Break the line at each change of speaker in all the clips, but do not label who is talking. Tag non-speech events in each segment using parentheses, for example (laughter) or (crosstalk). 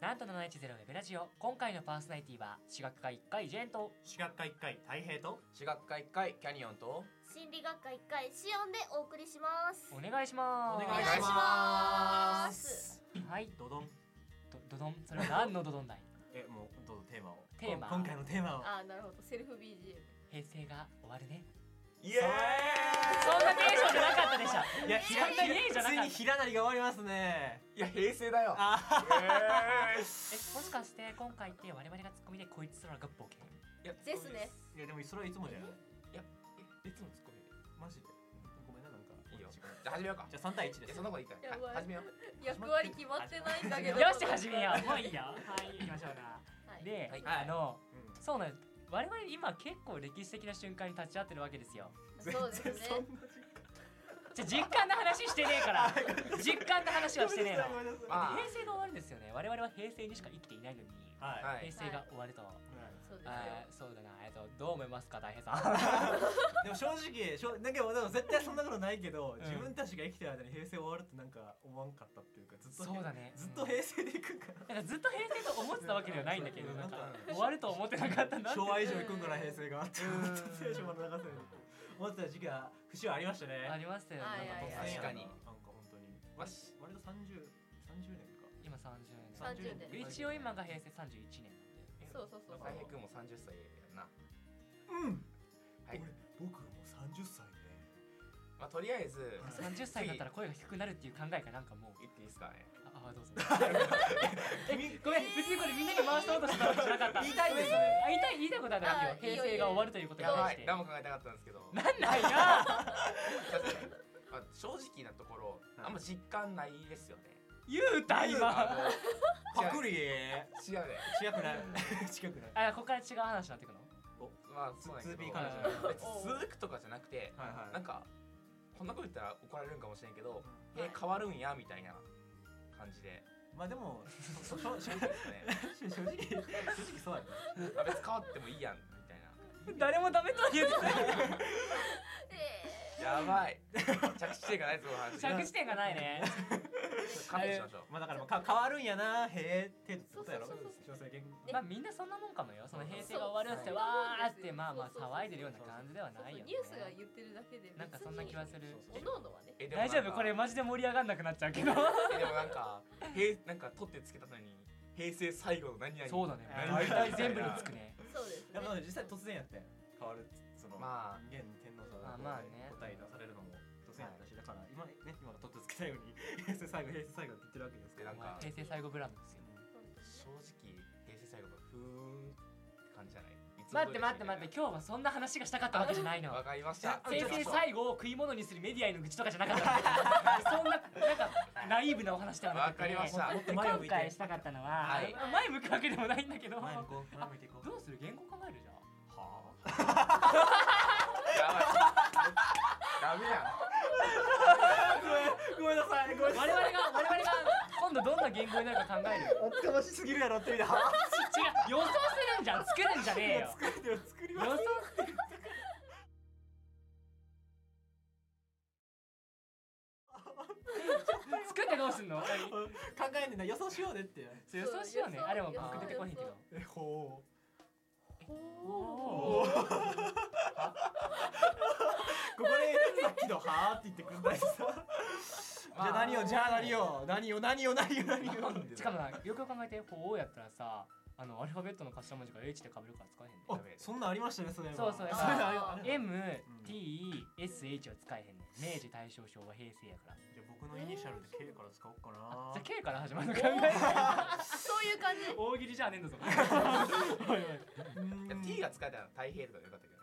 なんと710ウェブラジオ今回のパーソナリティは私学科1回ジェーンと
私学科1回太平と
私学科1回キャニオンと
心理学科1回シオンでお送りします
お願いします
お願いします
はい
ドドン
どどどんそれは何のどどんだい
えもうどうぞテーマを
テーマ
こん今回のテーマを
あーなるほどセルフ BGM
平成が終わるね
イエ
そんなテンションじゃなかったでしょ
ーイいやひ
そ
ら
んなイエーイじゃなかった
ついに平成が終わりますね
いや平成だよ
えもしかして今回って我々がツッコミでこいつらがボケ
いや
ゼスです
いやでもそれはいつもじゃない
えいつもツッコミ
マジでごめんななんか
いいよ
違う
じゃあ始めようか
じゃあ3対1で
いや
す
そんなこと言いたい
や
は
ばい
始めよう
役割決まってないんだけど
よし始めようもういいよはい行きましょうな
はい
で、あ
はい
の
うん
そうなんです我々今結構歴史的な瞬間に立ち会ってるわけですよ
そうですね
そんな
じゃ実感の話してねえから実感の話はしてねえの
ごめんなさい
あ
平成が終わるんですよね我々は平成にしか生きていないのに
は
はいい
平成が終わると、
そうですよ
あーそうだなえっとどう思いますか大平さ
でも正直しょだけどでも絶対そんなことないけど、
ん
自分たちが生きてる間に平成終わるってなんか思わんかったっていうかず
ん
っと
そうだね
ずっと平成でいくんか
なん (laughs) かずっと平成と思ってたわけではないんだけど
うん
なんか
うん
終わると思ってなかった (laughs) な
な
って
昭和以上いくんから平成がって
うん
思ってたよ昭和の長さより思ってた時期は節はありましたね
ありましたよね
はい
なんか突然
はい
確
はい
か
確か
に
に
なんか本当に
わし
割と三十三十年
今30
か
年
30年
30
一応今が平成31年
そうそうそう
まあ大平君も30歳やな
うん
はい
俺僕もう三十歳ね
まあとりあえず
なんで30歳になったら声が低くなるっていう考えがなんかもう
言っていいですかね
ああどうぞ (laughs) えごめん別にこれみんなに回そうとしたわけじゃなかった言いたいです言いたい言いたいことはないよ
あい
平
いよ
成が終わるということに
や
対
ば
し
い
て
何も考えたかったんですけど
なんないや
確かにまあ正直なところあんま実感ないですよね
言うた今
あの
パクリ
違うね
近くない近く
あ
ない
ここから違う話になっていくの
まあそうなんやけど
2P
からじゃない
別に続くとかじゃなくて
はいはい
なんかこんなこと言ったら怒られるんかもしれんけど
うん
え変わるんやみたいな感じで
まあでもそそ正
正
直
直ですね
正直正直そうやね
あ別に変わってもいいやんみたいな
(laughs) 誰もダメとは言ってない
え
やばい着地点がないぞこの話
着地点がないね
カットしましょう
まあだからまあか変わるんやなへえってことやろ
そうそう
女性言語
まあみんなそんなもんかもよその平成が終わるって
そう
わーっ
そう
てまあまあ
そうそうそう
騒いでるような感じでは
ーそ
な
うそう
いよね
ニュースが言ってるだけで別に
なんかそんな気はする
そう
おのおのはね
えでもな
大
んか
丈夫これマジで盛り上がんなくなっちゃうけど
えでもなんか平なんか取ってつけたのに平成最後の何々
(laughs)
そうだね
はい
大体全部につくね
そうですね
でも実際突然やって変わるその、
まあ
人間天皇さん
まあまあね
答え出されるのも突然やったし、だから今ね今の取ってつけたように平成最後平成最後って言ってるわけですけど
なん
お
か
前平成最後ブランドですよ
正直平成最後のふーんって感じじゃないいつも
待っ
通
て
り
待って待って今日はそんな話がしたかったわけじゃないの
わかりました
平成
後
最後を食い物にするメディアへの愚痴とかじゃなかったそんななんかナイーブなお話ではなかった
わかりまし
も
た
っ
で
と前を向
今
いて
回したかったのは、
はい
前向くわけでもないんだけど
前向こう前向いていこう
どうする言語考えるじゃん
は
ダメや
あごめんなさいごめんな
我々が我々が今度どんな言語になるか考えるよ
おっかましすぎるやろって意味ではあ
違う予想するんじゃん作るんじゃねえよ
作りで作り
予
ます
想 (laughs) 作ってどうすんの何
考えんねんな予想しようねって
そう予想しようね
そう
あれも
予想
僕出てこへんけど
えほ
おー
うここでさっきの「はあ」って言ってくんないさ (laughs) じゃあ何をじゃあ何を何を何を何を何を
なんで
しかもなよくよく考えて「ほう」やったらさあのアルファベットの頭文字が H で被るから使えへんね
あそんなんありましたねそれは
そうそう
れはあれは
MTSH は使えへんねん明治大正昭和平成やから
じゃあ僕のイニシャルで K から使おうかな
じゃあ K から始まるの考え
そういう感じ
大喜利じゃねえんだぞ
うん
いや T が使えたら太平とかでよかったけどね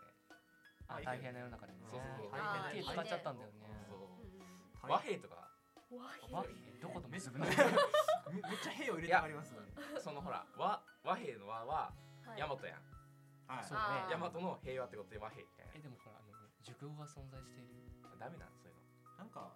あ大変な世の中でもね
そうそうそう
あー
手使っちゃったんだよね
う
和平とか
んわひ
和平どこと結ぶの
めめっちゃ兵を入れてありますね
(laughs) そのほら和和平の和は
はい
大和やん
はい
そうだ
あ
ね
大和の平和ってことで和平みた
え
い
でもほらあの熟語が存在している
なダメなんそういうの
なんか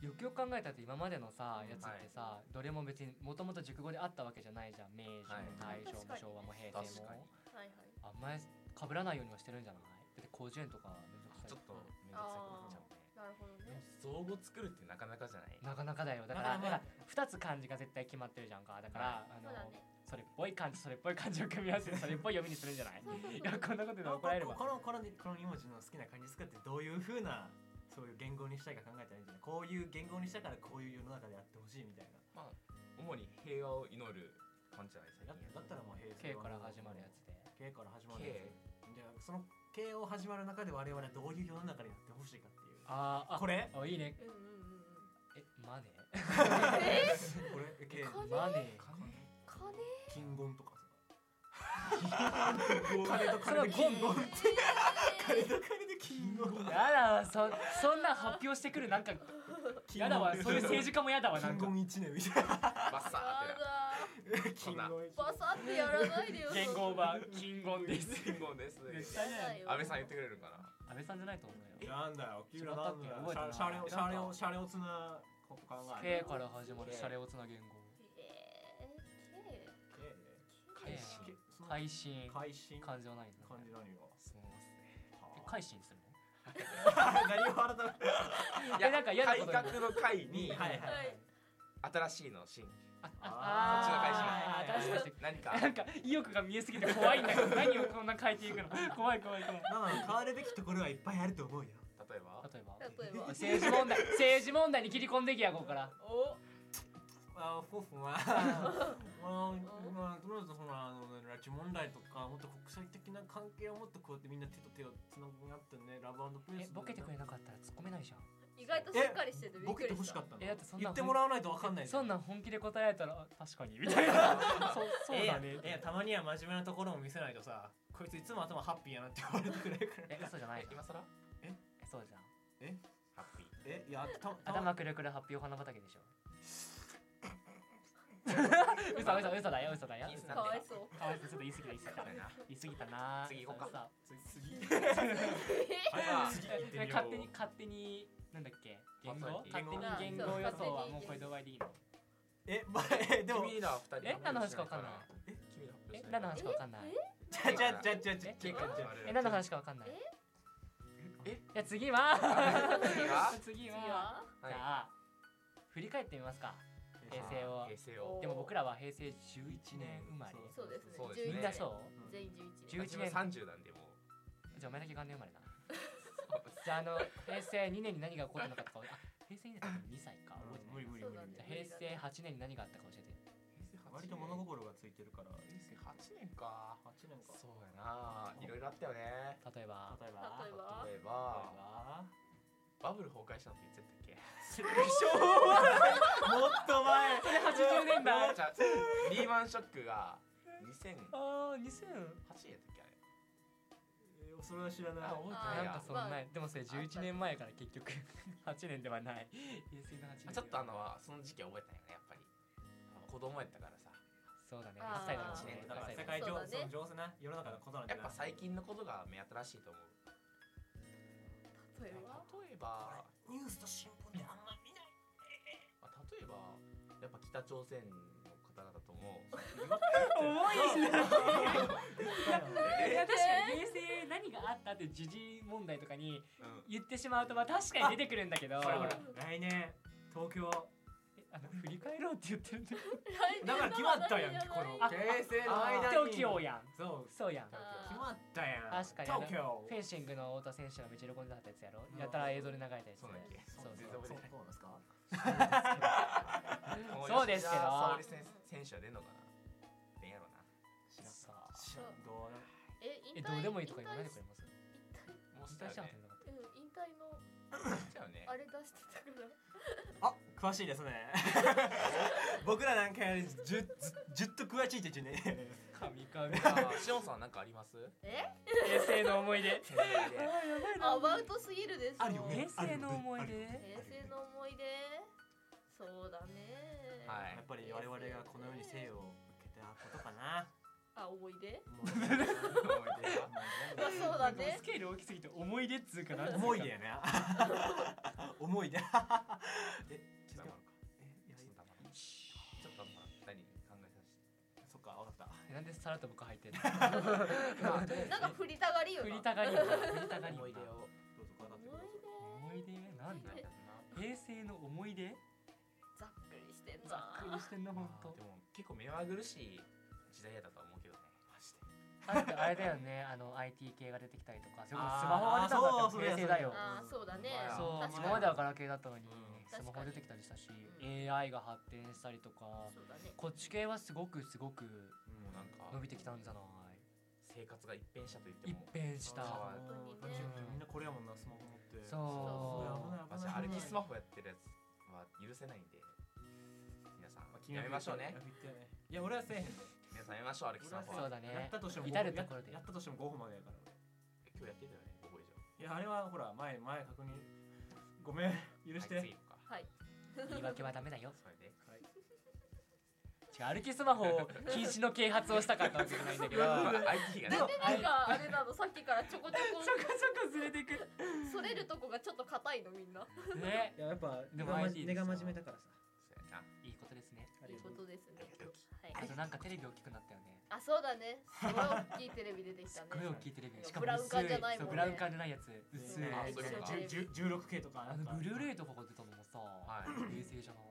よくよく考えたって今までのさ
うん
やつってさ、どれも別にもともと熟語であったわけじゃないじゃん明治も
はい
大正も
確かに
昭和も平成
確
も
かに
はいはい
あんまり被らないようにはしてるんじゃないだって広辞苑とかめんどくさい
ちょっとめんどくさいことになっちゃうね
なるほどね。
造語作るってなかなかじゃない
なかなかだよだか
な
ら
か
だ
な
か
から
2つ漢字が絶対決まってるじゃんかだからあ
そ
の
うだね。
それっぽい漢字それっぽい漢字を組み合わせてそれっぽい読みにするんじゃない
そうそうそう
いやこんなことで怒られるわ
このこのこのこの2文字の好きな漢字作ってどういう風なそういう言語にしたいか考えたらいいんじゃないこういう言語にしたからこういう世の中でやってほしいみたいな
まあ主に平和を祈る感じじゃない
だ
最近
だったらもう平成
K から始まるやつで
つ K から始まるやつじゃあその K を始まる中で我々はどういう世の中になってほしいかっていう
あーあ
これ
あいいね
うんうんうんうん。
えマネ
えー、
これ K
金
マネー
金
金言とか
それ
金と金
金
は
で金言
ゴン
金と金で金言
やだわそそんなん発表してくるなんか
金
やだわそういう政治家もやだわなん
金
か
言一年みたいな
バッサーってなそんな
金言
バサってやらないでよ。
言語版金言です
金言です
絶
そん
対
な
ね
安倍さん言ってくれるかな
安倍さんじゃないと思うよ
なんだよ急
違っ
な
た
な
っ
ん
け
だよ
覚えてない
シャレオシャレ
なん
オ
か
シャレオツなこと考
K
え
から始まるシャレオツな言語
え
え
改
え
心
改心
会心
漢字はないんだ
感じ何が
そうですね
え改心するの
(laughs) 何を改
い
め
やなんか嫌なこ
改
と
革の会
に
に
はいはい
はい
新しいの新
あ
こっちの会
ー
心
あー確か
何か
になんか意欲が見えすぎて怖いんだけど何をこんな変えていくの怖い怖い怖い
ママ変わるべきところはいっぱいあると思うよ
例えば
例えば
ー。例えば。
政治 (laughs) 問題政治問題に切り込んできやここから
お。
あフォフはまあまあとりあえずほらあの拉致問題とかもっと国際的な関係をもっとこうやってみんな手と手をつなぐなってねラブプレ
え
ス
ボケてくれなかったら突っ込めないじゃん
意外としっかりしててびっ
ボ
く
ケて
り
ほ
し
しか
た。
ったの
えだってそんな
言ってもらわないとわかんない
そん
な
なん本気で答えられたらあ確かにみたいなそうそうだね
いやたまには真面目なところも見せないとさこいついつも頭ハッピーやなって言われてくれるから
え嘘じゃない
え
じゃん
今更
えそうじゃん
ハッピー
えいやたたま
頭くるくる発表花畑 (laughs) でしょ嘘嘘嘘だよ嘘だよ
いいっす
嘘
ね
だ
か
よ
わいそう。
かわいそうちょっと言い過ぎた言い過ぎた
だな
言い過ぎたな
次行こう
か
次
まあ
次行ってみよう
勝手に勝手になんだっけ言語
パーソナ
勝
リ
手に言
ティ
語予想はもうこれ動画でいいの
えまえでも
君ら二人
え何の話か分かんない
え君ら発表
え何の話かわかん
しない
ない
じゃじゃじゃじゃじゃ
え
じゃじゃ
え何の話かわかんない
え
じゃあ次は
次は
(laughs) 次
次
は
は。
じゃ
は
あ振り返ってみますか平成を
平成を
でも僕らは平成11年生まれ
そう
そうですね。
そうですね
み
11
んなそう
全員11
11
自分三十なんでもう
じゃあお前だけ元年生まれなじゃああの平成2年に何が起こったのかとかあ平成2年だったら2歳か覚えて
無
ない
理無理無理無
じゃ
理
あ平成8年に何があったか教えて
割と物心がついてるから
平成八年か
8年か
そうやないろいろあったよね
例えば
例えば
例えば
例え
例
ば
えば
バブル崩壊したのっていつやったっけ
昭和もっと前
それ80年 (laughs)
(laughs)
代
じゃあリーマンショックが2008年やっ
あー2000
たっけあれ
それは知らない
あ覚えて
な
ない
ん
や
かそん
ま
な
あ
でもそれ11年前から結局8年ではない平成の8
あ
年
ちょっとあのその時期は覚えてないよねやっぱりあの子供やったからさ
そうだね
あー
1歳だもんね
だ
だ
か
からら
1歳
世界
だ
情
そう
勢
だね
上手な世の中のことなんて
やっぱ最近のことが目新しいと思う
例
例
えば。
えば、
ニュースと新聞であんま見ない
まあ、例えばやっぱ北朝鮮の方々とも
重いね
え
い (laughs) や確かに平成何があったって時事問題とかに言ってしまうとまあ確かに出てくるんだけど
ほらほら来年東京
えあの振り返ろうって言ってるんだよ
だから決まったやんけこの
あ
平成の間に
東京やん
そう
そうやんフ
決まったやん
確かにあの
東京
ェンシングの太田選手がめっちゃ喜んでたやつやろやたら映像で流れたやつ
そうなんだっけ
そう
全然
そう
覚えてない
そうなんですか
そうですけど
沙織選選手は出んのかな出んやろな
知らん
さあ
知らんどうな
え、
え
引退
どうでもいいとか言わないでくれます引
もうした
退
よ
しちゃう
ね
のか
引退うん、引退の
しちゃうね
あれ出してたから。
あ詳しいですね (laughs) 僕らなんかよりじゅずずっと詳しいって言ってね
神々
あーしおんさんなんかあります
(laughs)
え
平成の思い出
平成で
アバウトすぎるでしょ。
あるよね
平成の思い出
平成の思い出そうだね
はい
やっぱり我々がこの世に生を受けたことかな
あ思い出
もう
思い出は
まあそうだね
スケール大きすぎて思い出っつうかなんつうか
思い出やね思い出え
ちょっと黙ろうか
えいや
ちょっと黙ろうちょっとまあ二人に考えさせて
そっかわかった
なんでさらっと僕入ってんの
なんか振りたがりよ
振 (laughs)
な
りたがりよな振りたがりよな
思い出を
どうぞ語ってくだ
思い
さい
出
思い出な
なんだろう
平成の思い出
ざっくりしてんな
ざっくりしてんな
な
本当
でも結構目まぐるしい時代だったと思うけどねマジ
(laughs)
で
あとあれだよねあの IT 系が出てきたりとかそれこそスマホが
あー
出たのだって
そうそう
平成だよ
ああそうだね
まあ
そう
確かに
今まではガラケーだったのに
うん
スマホ出てきたりしたし
確か
AI が発展したりとか
そうだね
こっち系はすごくすごく
もうなんか
伸びてきたんじゃない
生活が一変したと言って
一
も
変した
変わ
る
本当にねみんなこれやもんなスマホ持って
そう
そう
私
危ない危ない
歩きスマホやってるやつは許せないんで皆さんやめましょうね
いや俺はせえへんで
皆さんやめましょう歩きスマホ
そ
は
うだ
やっ
ね
たとしても
至る所で
やったとしても5分までやから
今日やってたよね5個以上
俺いやあれはほら前前確認ごめん許して、
はい次行こうか
はい
言い訳はダメだよ
それで
違う歩きスマホ (laughs) を禁止の啓発をしたかったわけじゃないん (laughs) だけど
IT がね
なんかあれなのさっきからちょこちょ
(laughs)
こ
ちょこちょこずれてくる
それるとこがちょっと硬いのみんな。
ね
いややっぱ
でも IT
根が
ですよ
真面目だからさ
そうやない
いことですね
あ
い
り
い
がと
こ
う
とですね。は
あ
い。
となんかテレビ大きくなったよね
あそうだね。すごい大きいテレビ出てきた
す
ね
っ。ごい大きいテレビしかも
ブラウン
薄
管
い
じゃないもんね
そうブラウン管じゃないやつ薄い
ね
あそういうことか
一緒
じゅじゅ16系とか
あのブルー
イ
レイとかが出たのもさ
はい
平成じゃない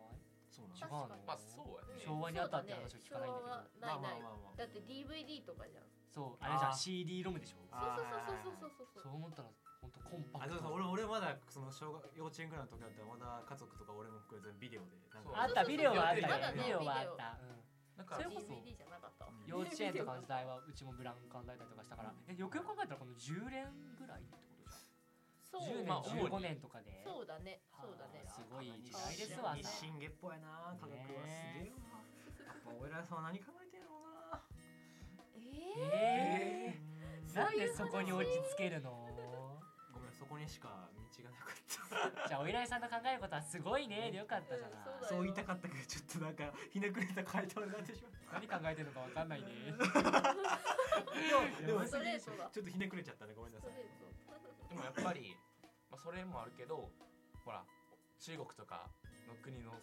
そうなん
違う
だ
の
確かに
まあそうやね
昭和にあったって話は聞かないんだけど
そうだね昭和は
まあまあま
ないない。
あまあ
だって DVD とかじゃん。
そうあれじゃ
あ
ん
ー
CD ロムでしょ
あ
そうそうそうそうそ
そ
うそう
う思ったら本当コンパ
あ
ク
でもさ
ト
俺俺まだその小学幼稚園ぐらいの時だったらまだ家族とか俺も含め全部ビデオでなん
そう
あったビデオはあったよ
そうそうそう
ビデオはあったうん
なん
そ
か
れこそ
DVD じゃなかったわ。
幼稚園とかの時代はうちもブラウン管だったりとかしたからえよくよく考えたらこの10年ぐらいってことじゃん
そう
10
まあ
年15年とかで
そうだね。そうだね
は。すごい時代ですわ
日
さ
進月歩やな科学はすげえよな、まあ、俺らさ何考えてんのな
ええ。
え
うん
ー、なんでそこに落ち着けるの
ごめんそこにしか道がなかっ
じゃあお依頼さんの考えることはすごいねでよかったじゃ
うんそう
な
た
い
だ
そう言いたかったけどちょっとなんかひねくれた回答になってしまっ
何考えてるのかわかんないね
たでも
ストレートだ。
ちょっとひねくれちゃったねごめんな
ス
さ
ト
い
レー
でもやっぱり、まあ、それもあるけどほら中国とかの国の
(laughs)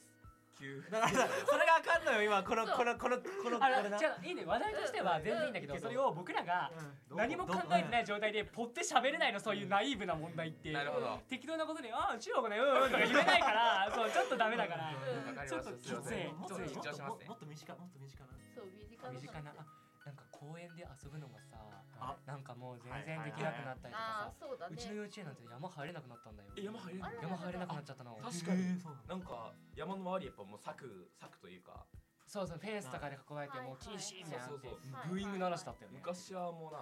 急
だからさそれがあかんのよ今このこのこのこのこ
あ
れ
ら
な
じゃあいいね話題としては全然いいんだけど
うん
それを僕らが
うん
何も考えてないい状態でポッて喋れないのそういうナイーブな問題って
なるほどわ
適当なことで「ああ中国ねうんうん」とか言えないから (laughs) そうちょっとダメだから
かります
ちょっと
すいま
きつ
せ
い
ん
もっ
ちょ
とも
っと
っ
緊
と
張しますね
もっと短もっと短な
ト。そう身近な感
身
じ。
近なあなんか公園で遊ぶのがさ
あ
なんかもう全然できなくなったりと
ああ
かさ
そうだね
う。ちの幼稚園なんて山入れなくなったんだよ
え山入れ
あら
山入れなくなっちゃったの
確かに
えーそうなんだ
なんか山の周りやっぱもう柵柵というか
そうそうフェンスとかで囲まれてもう禁止みたいにな
そ
っ
うそ
て
うそう
はい
ブーイング鳴らしたったよね
昔はもうな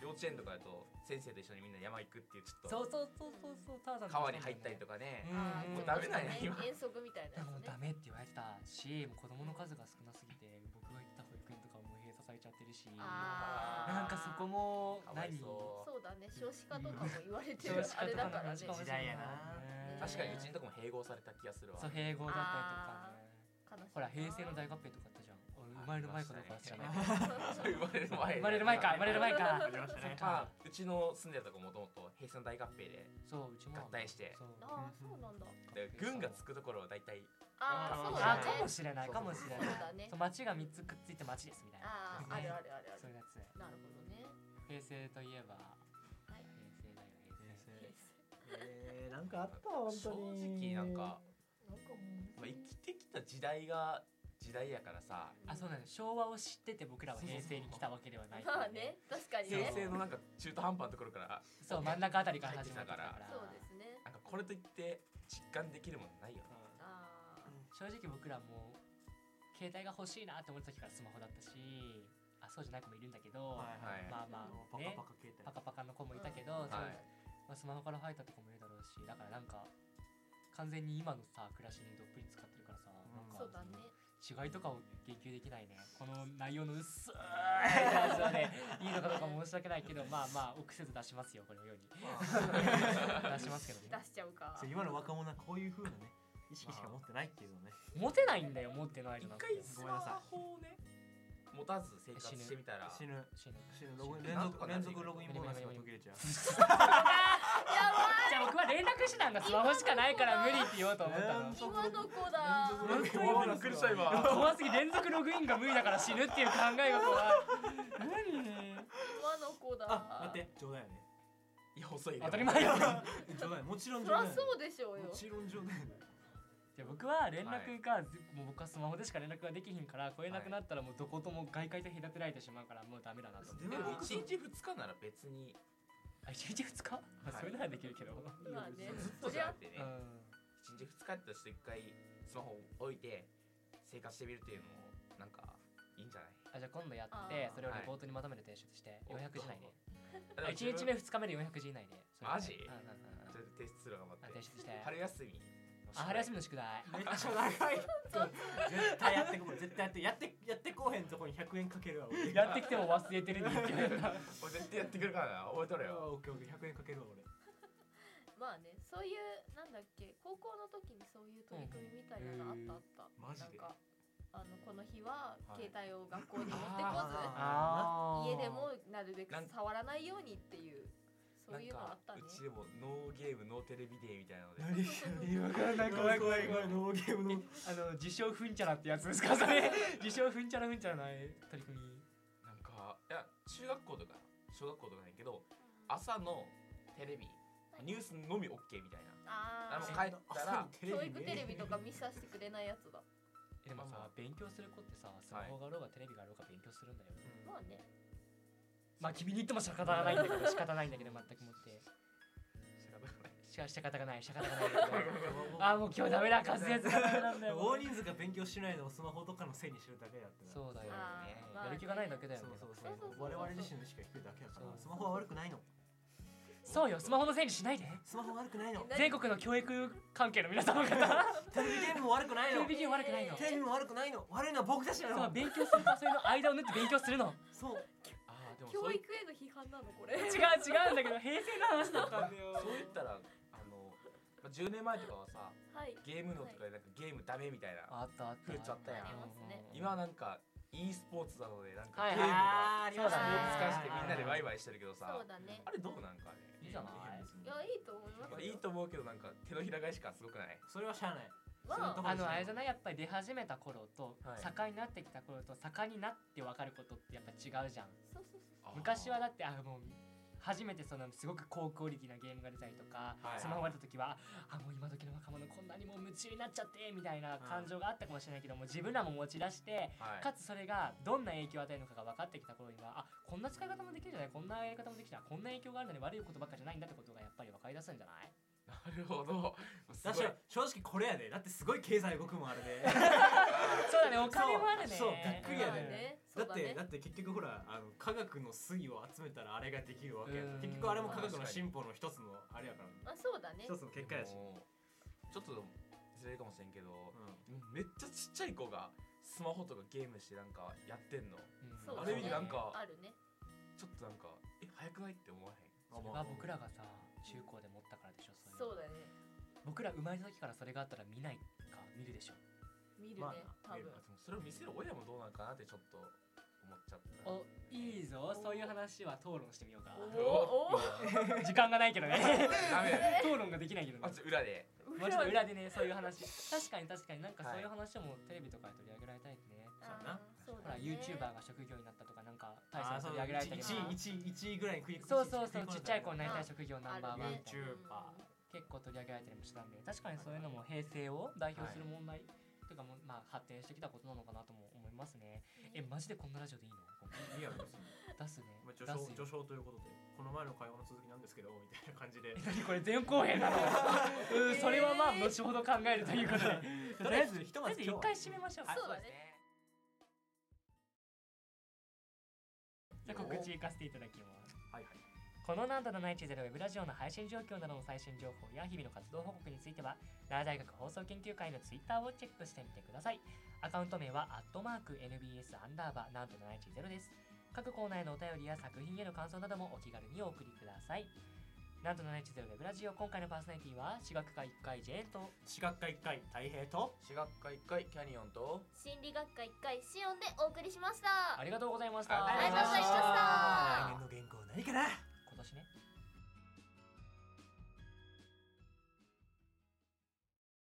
幼稚園とかだと先生と一緒にみんな山行くっていうちょ
そ
っ
うそうそうそうそうターザ
と
ン
川に入ったりと
か
かね
あー
もう
ちょっと
ダメなんや
ね
今
遠足みたいな
で
や
もう
つね
ダ。メって言われてたしもう子供の数が少なすぎて僕が行った保育園とかもう閉鎖されちゃってるしな
あー
んかそこも
かわい
何
そ
そうだね少子化とかも言われて
少
る
子化
あれ
とか
だ
の
から
話
ね
かもしれないね
時代やな
う確かにうちのとこも併合された気がするわ (laughs)
そう併合だったりとかね
悲しい
ほら平成の
(laughs)
大合併とかあったじゃん俺生まれる前かどうかは知らないけど
生まれる前
生まれる前か生まれる前か
ありましたね
まあうちの住んでたとこもともと平成の大合併で
そううちも
合体して
そう
ああそうなんだ
で軍がつくところは大体
ああそうだ
あ
ね
かもしれないかもしれない
そうだね
そう町が三つくっついて町ですみたいな
あああるあるあるあ
そう
る
いうやつ
なるほどね
平成といえば
はい
平成だよ平成
平成
えーなんかあった本当
正
に
直なんか、
なんかも
まあ、生きてきた時代が時代やからさ
あそうなの昭和を知ってて僕らは平成に来たわけではないから
まあね確かに
平
ね
成のなんか中途半端なところから
そう真ん中あたりから始まったか
入
ら
そうですね
なんかこれといって実感できるものないよね
う
ああ
正直僕らもう携帯が欲しいなって思った時からスマホだったしあそうじゃない子もいるんだけど、
はいはい
まあま
も
あ
うパ
ね
カパカ携帯
パカパカの子もいたけど、
うん
そう
はい
まあ、スマホから入ったとこもいるだろうしだからなんか完全に今のさ暮らしにどっぷり使ってるからさ、
ん
な
そ
ん
う
か
だね
違いとかを言及できないねこの内容の薄い感じはねいいのかどうか申し訳ないけ
(laughs)
どまあまあ臆せず出しますよこれのように出しますけどね
出しちゃうか
(laughs) そう今の若者はこういう風なね意識しか持ってないっていうのね
モテないんだよ持ってない
一
のなんて
回スマホをね持たず生活してみたら
死ぬ
死ぬ (laughs)
死ぬログイン
死ぬ
連続連続ログインボーナスが途切れちゃう
じゃあ僕は連絡手段がスマホしかないから無理って言おうと思ったの
連続
今の
(laughs)
子だ
連続ログイン
びっくりした今
怖すぎ連続ログインが無理だから死ぬっていう考え事は何
今の子だ
あ待って冗談やね
いや細いよ
当たり前よ
(laughs) 冗談もちろん
そ
冗談
らそうでしょうよ
もちろん冗談
で僕は連絡が、ずもう僕はスマホでしか連絡ができひんからこれなくなったらもうどことも外界と隔てられてしまうからもうダメだなと思って
で
電
も
話ボックス
1日2日なら別に
あ1日2日、まあ
はい
それならできる (laughs) けど、
まあね
ずっとじゃなくてね
うん
1日2日ってして一回スマホ置いて生活してみるっていうのもなんかいいんじゃない
あじゃあ今度やっ
あ
て
ー
それをレポートにまとめて提出して
お
400字以内
(laughs)
であ
あでも
1日目2日目で400字以内でそれ
マジ
うんうんうんうん
ちょっと提出するの頑
あ
張っ
提
て
出して
春休み
あ春休みの宿 (laughs) 題
めっちゃ長い絶対やってこう絶対やってやってやってこうへんとこに100円かけるわ俺
やってきても忘れてるに言ってる
俺絶対やってくるからな覚えとれよ
あオッケーオッケー100円かけるわ俺
まあねそういうなんだっけ高校の時にそういう取り組みみたいなのあったあった、
マジで
なんかあのこの日は
はい
携帯を学校に持ってこず、
(laughs) あー
あ
家でもなるべく
なん
触らないようにっていうそ
な
うんいうのあ
か
ったね
うちでもノーゲームノーテレビデーみたいなので
何
わ
かんない怖い怖い怖い
ノーゲームの
あの自称ふんちゃらってやつですかそれ自称ふんちゃらふんちゃらない取り組み
なんかいや中学校とか小学校とかないけど朝のテレビニュースのみ OK みたいな
あ
あの
ー
帰った
(laughs)
ら
教育テレビとか見させてくれないやつだ
えでもさ
まあまあ
勉強する子ってさスマホがあろうがテレビがあろうが勉強するんだよ、
まあね
まあ君に言っても仕方がないんだけど仕方ないんだけど全くもって
仕方ない
しか仕方がない仕方がないんだけどあーもう今日ダメだ滑舌がダメなんだよ
大人数が勉強しないのをスマホとかのせいにしてるだけだってな
そうだよ
あ
ね
ーまあ
やる気がないだけだよね
そうそう
そうそうそう
我々自身の意識が低いだけだからスマホは悪くないの
そうよスマホのせいにしないで
スマホは悪くないの
何
全国の教育関係の皆様方
テレビゲームも悪くない
テレ
の
ビゲーム悪くないの
テレビも悪くないの悪いのは僕たちな
そう
の
勉強するとそれの間を縫って勉強するの
そう
あーでもそ
教
う
育
い
への批判なのこれ
違う違うんだけど平成の話だったんだよ
そういったらあのまあ10年前とかはさ
はい
ゲームのとかでなんかゲームダメみたいな
あったあった
増えちゃったやん
ありますね
今はなんか e スポーツなのでなんか
はい
ゲームが
あーあり
そう
まし
だ
た
ね
スポーツ化
難
してみんなでワイ
ワイ
ワイしてるけどさ
そうだね
あれどうなんか
いい
ね
じゃない
いやいいと思います
いい
よ
と思うけどなんか手のひら返し感すごくない
それはしゃあない
まあ
あのあれじゃないやっぱり出始めた頃と
はい
盛んになってきた頃と盛んになって分かることってやっぱ違うじゃん
そうそうそう
昔はだってあもう初めてそのすごく高クオリティなゲームが出たりとか、
はい
スマホが出た時はあもう今時の若者こんなにもう夢中になっちゃってみたいな感情があったかもしれないけども自分らも持ち出して
はい
かつそれがどんな影響を与えるのかが分かってきた頃にはあこんな使い方もできるじゃないこんなやり方もできるじゃないこんな影響があるのに悪いことばっかじゃないんだってことがやっぱり分かり出すんじゃない
なるほどす
だ
ご
し
い
正直これやでだってすごい経済動くもんあれで
そうだねお金もあるね
そうそうびっくりや
まあ
ね
ねそ
だ
う
っ
だ
て
ね
だって結局ほらあの科学の粋を集めたらあれができるわけや
うん
結局あれも科学の進歩の一つのあれやから
まあそうだ
一
ね
つの結果やし
でもちょっとずれるかもしれんけど
う
めっちゃちっちゃい子がスマホとかゲームしてなんかやってん
う
の
ん
そうだ
ある
ね
意味なんか
あるね
ちょっとなんかえ早くないって思わへん
それは僕らがさ中高で持ったからでしょそういうの
そうだね
僕ら生まれた時からそれがあったら見ないか見るでしょ
見るね
まあ
多
見
分
る
あでもそれを見せる親もどうなんかなってちょっと思っちゃった
おいいぞそういう話は討論してみようか
お
お
おお
時間がないけどね
(laughs) ダメ
(laughs)
だよ
討論ができないけど
あ
ね
ちょ裏で
もうちょっと裏でねそういう話確かに確かになんか
は
そ
い
ういう話もテレビとかで取り上げられたいね、
そうだな
そう
ほら
だね
YouTuber が職業になったとかなんか大
あ
差
ーそ
取り
う
上げられたりとか
1位一位一位ぐらいに食い
そうそうそう
食
ちっち
込ん
ゃ
だ
い
り
子
とか
になりたい職業ナンバーワンみたいな
あるね
YouTuber
結構取り上げられたりもしたんで確かにそういうのも平成を代表する問題、というかもうまあ発展してきたことなのかなとも思いますねえマジでこんなラジオでいいの
いや別に
出すね
まあ
出
序章
すよ
序章ということでこの前の会話の続きなんですけどみたいな感じで
(laughs) え何これ前後編
(laughs)
なのうんそれはまあ後ほど考えるということでと
(laughs)
りあ
とりあ
え
え
ず
ず
と
ひ
り
と
あ (laughs)
ま
え
ず
ず一
今日は
回締めましょう
そうだね
じゃあ告知行かせていただきます
はいはい
この難度のない地ゼロウェブラジオの配信状況などの最新情報や日々の活動報告については奈良大学放送研究会のツイッターをチェックしてみてくださいアカウント名はアットマーク NBS アンダーバー難度のない地ゼロです各コーナーへのお便りや作品への感想などもお気軽にお送りください難度のない地ゼロウェブラジオ今回のパーソナリティは私学科1回 J と
私学科一回太平と
私学科1回キャニオンと
心理学科一回シオンでお送りしまし
あ
た
りがとうございました
ありがとうございました
ありがとうございまし
来年の原稿何か
た
な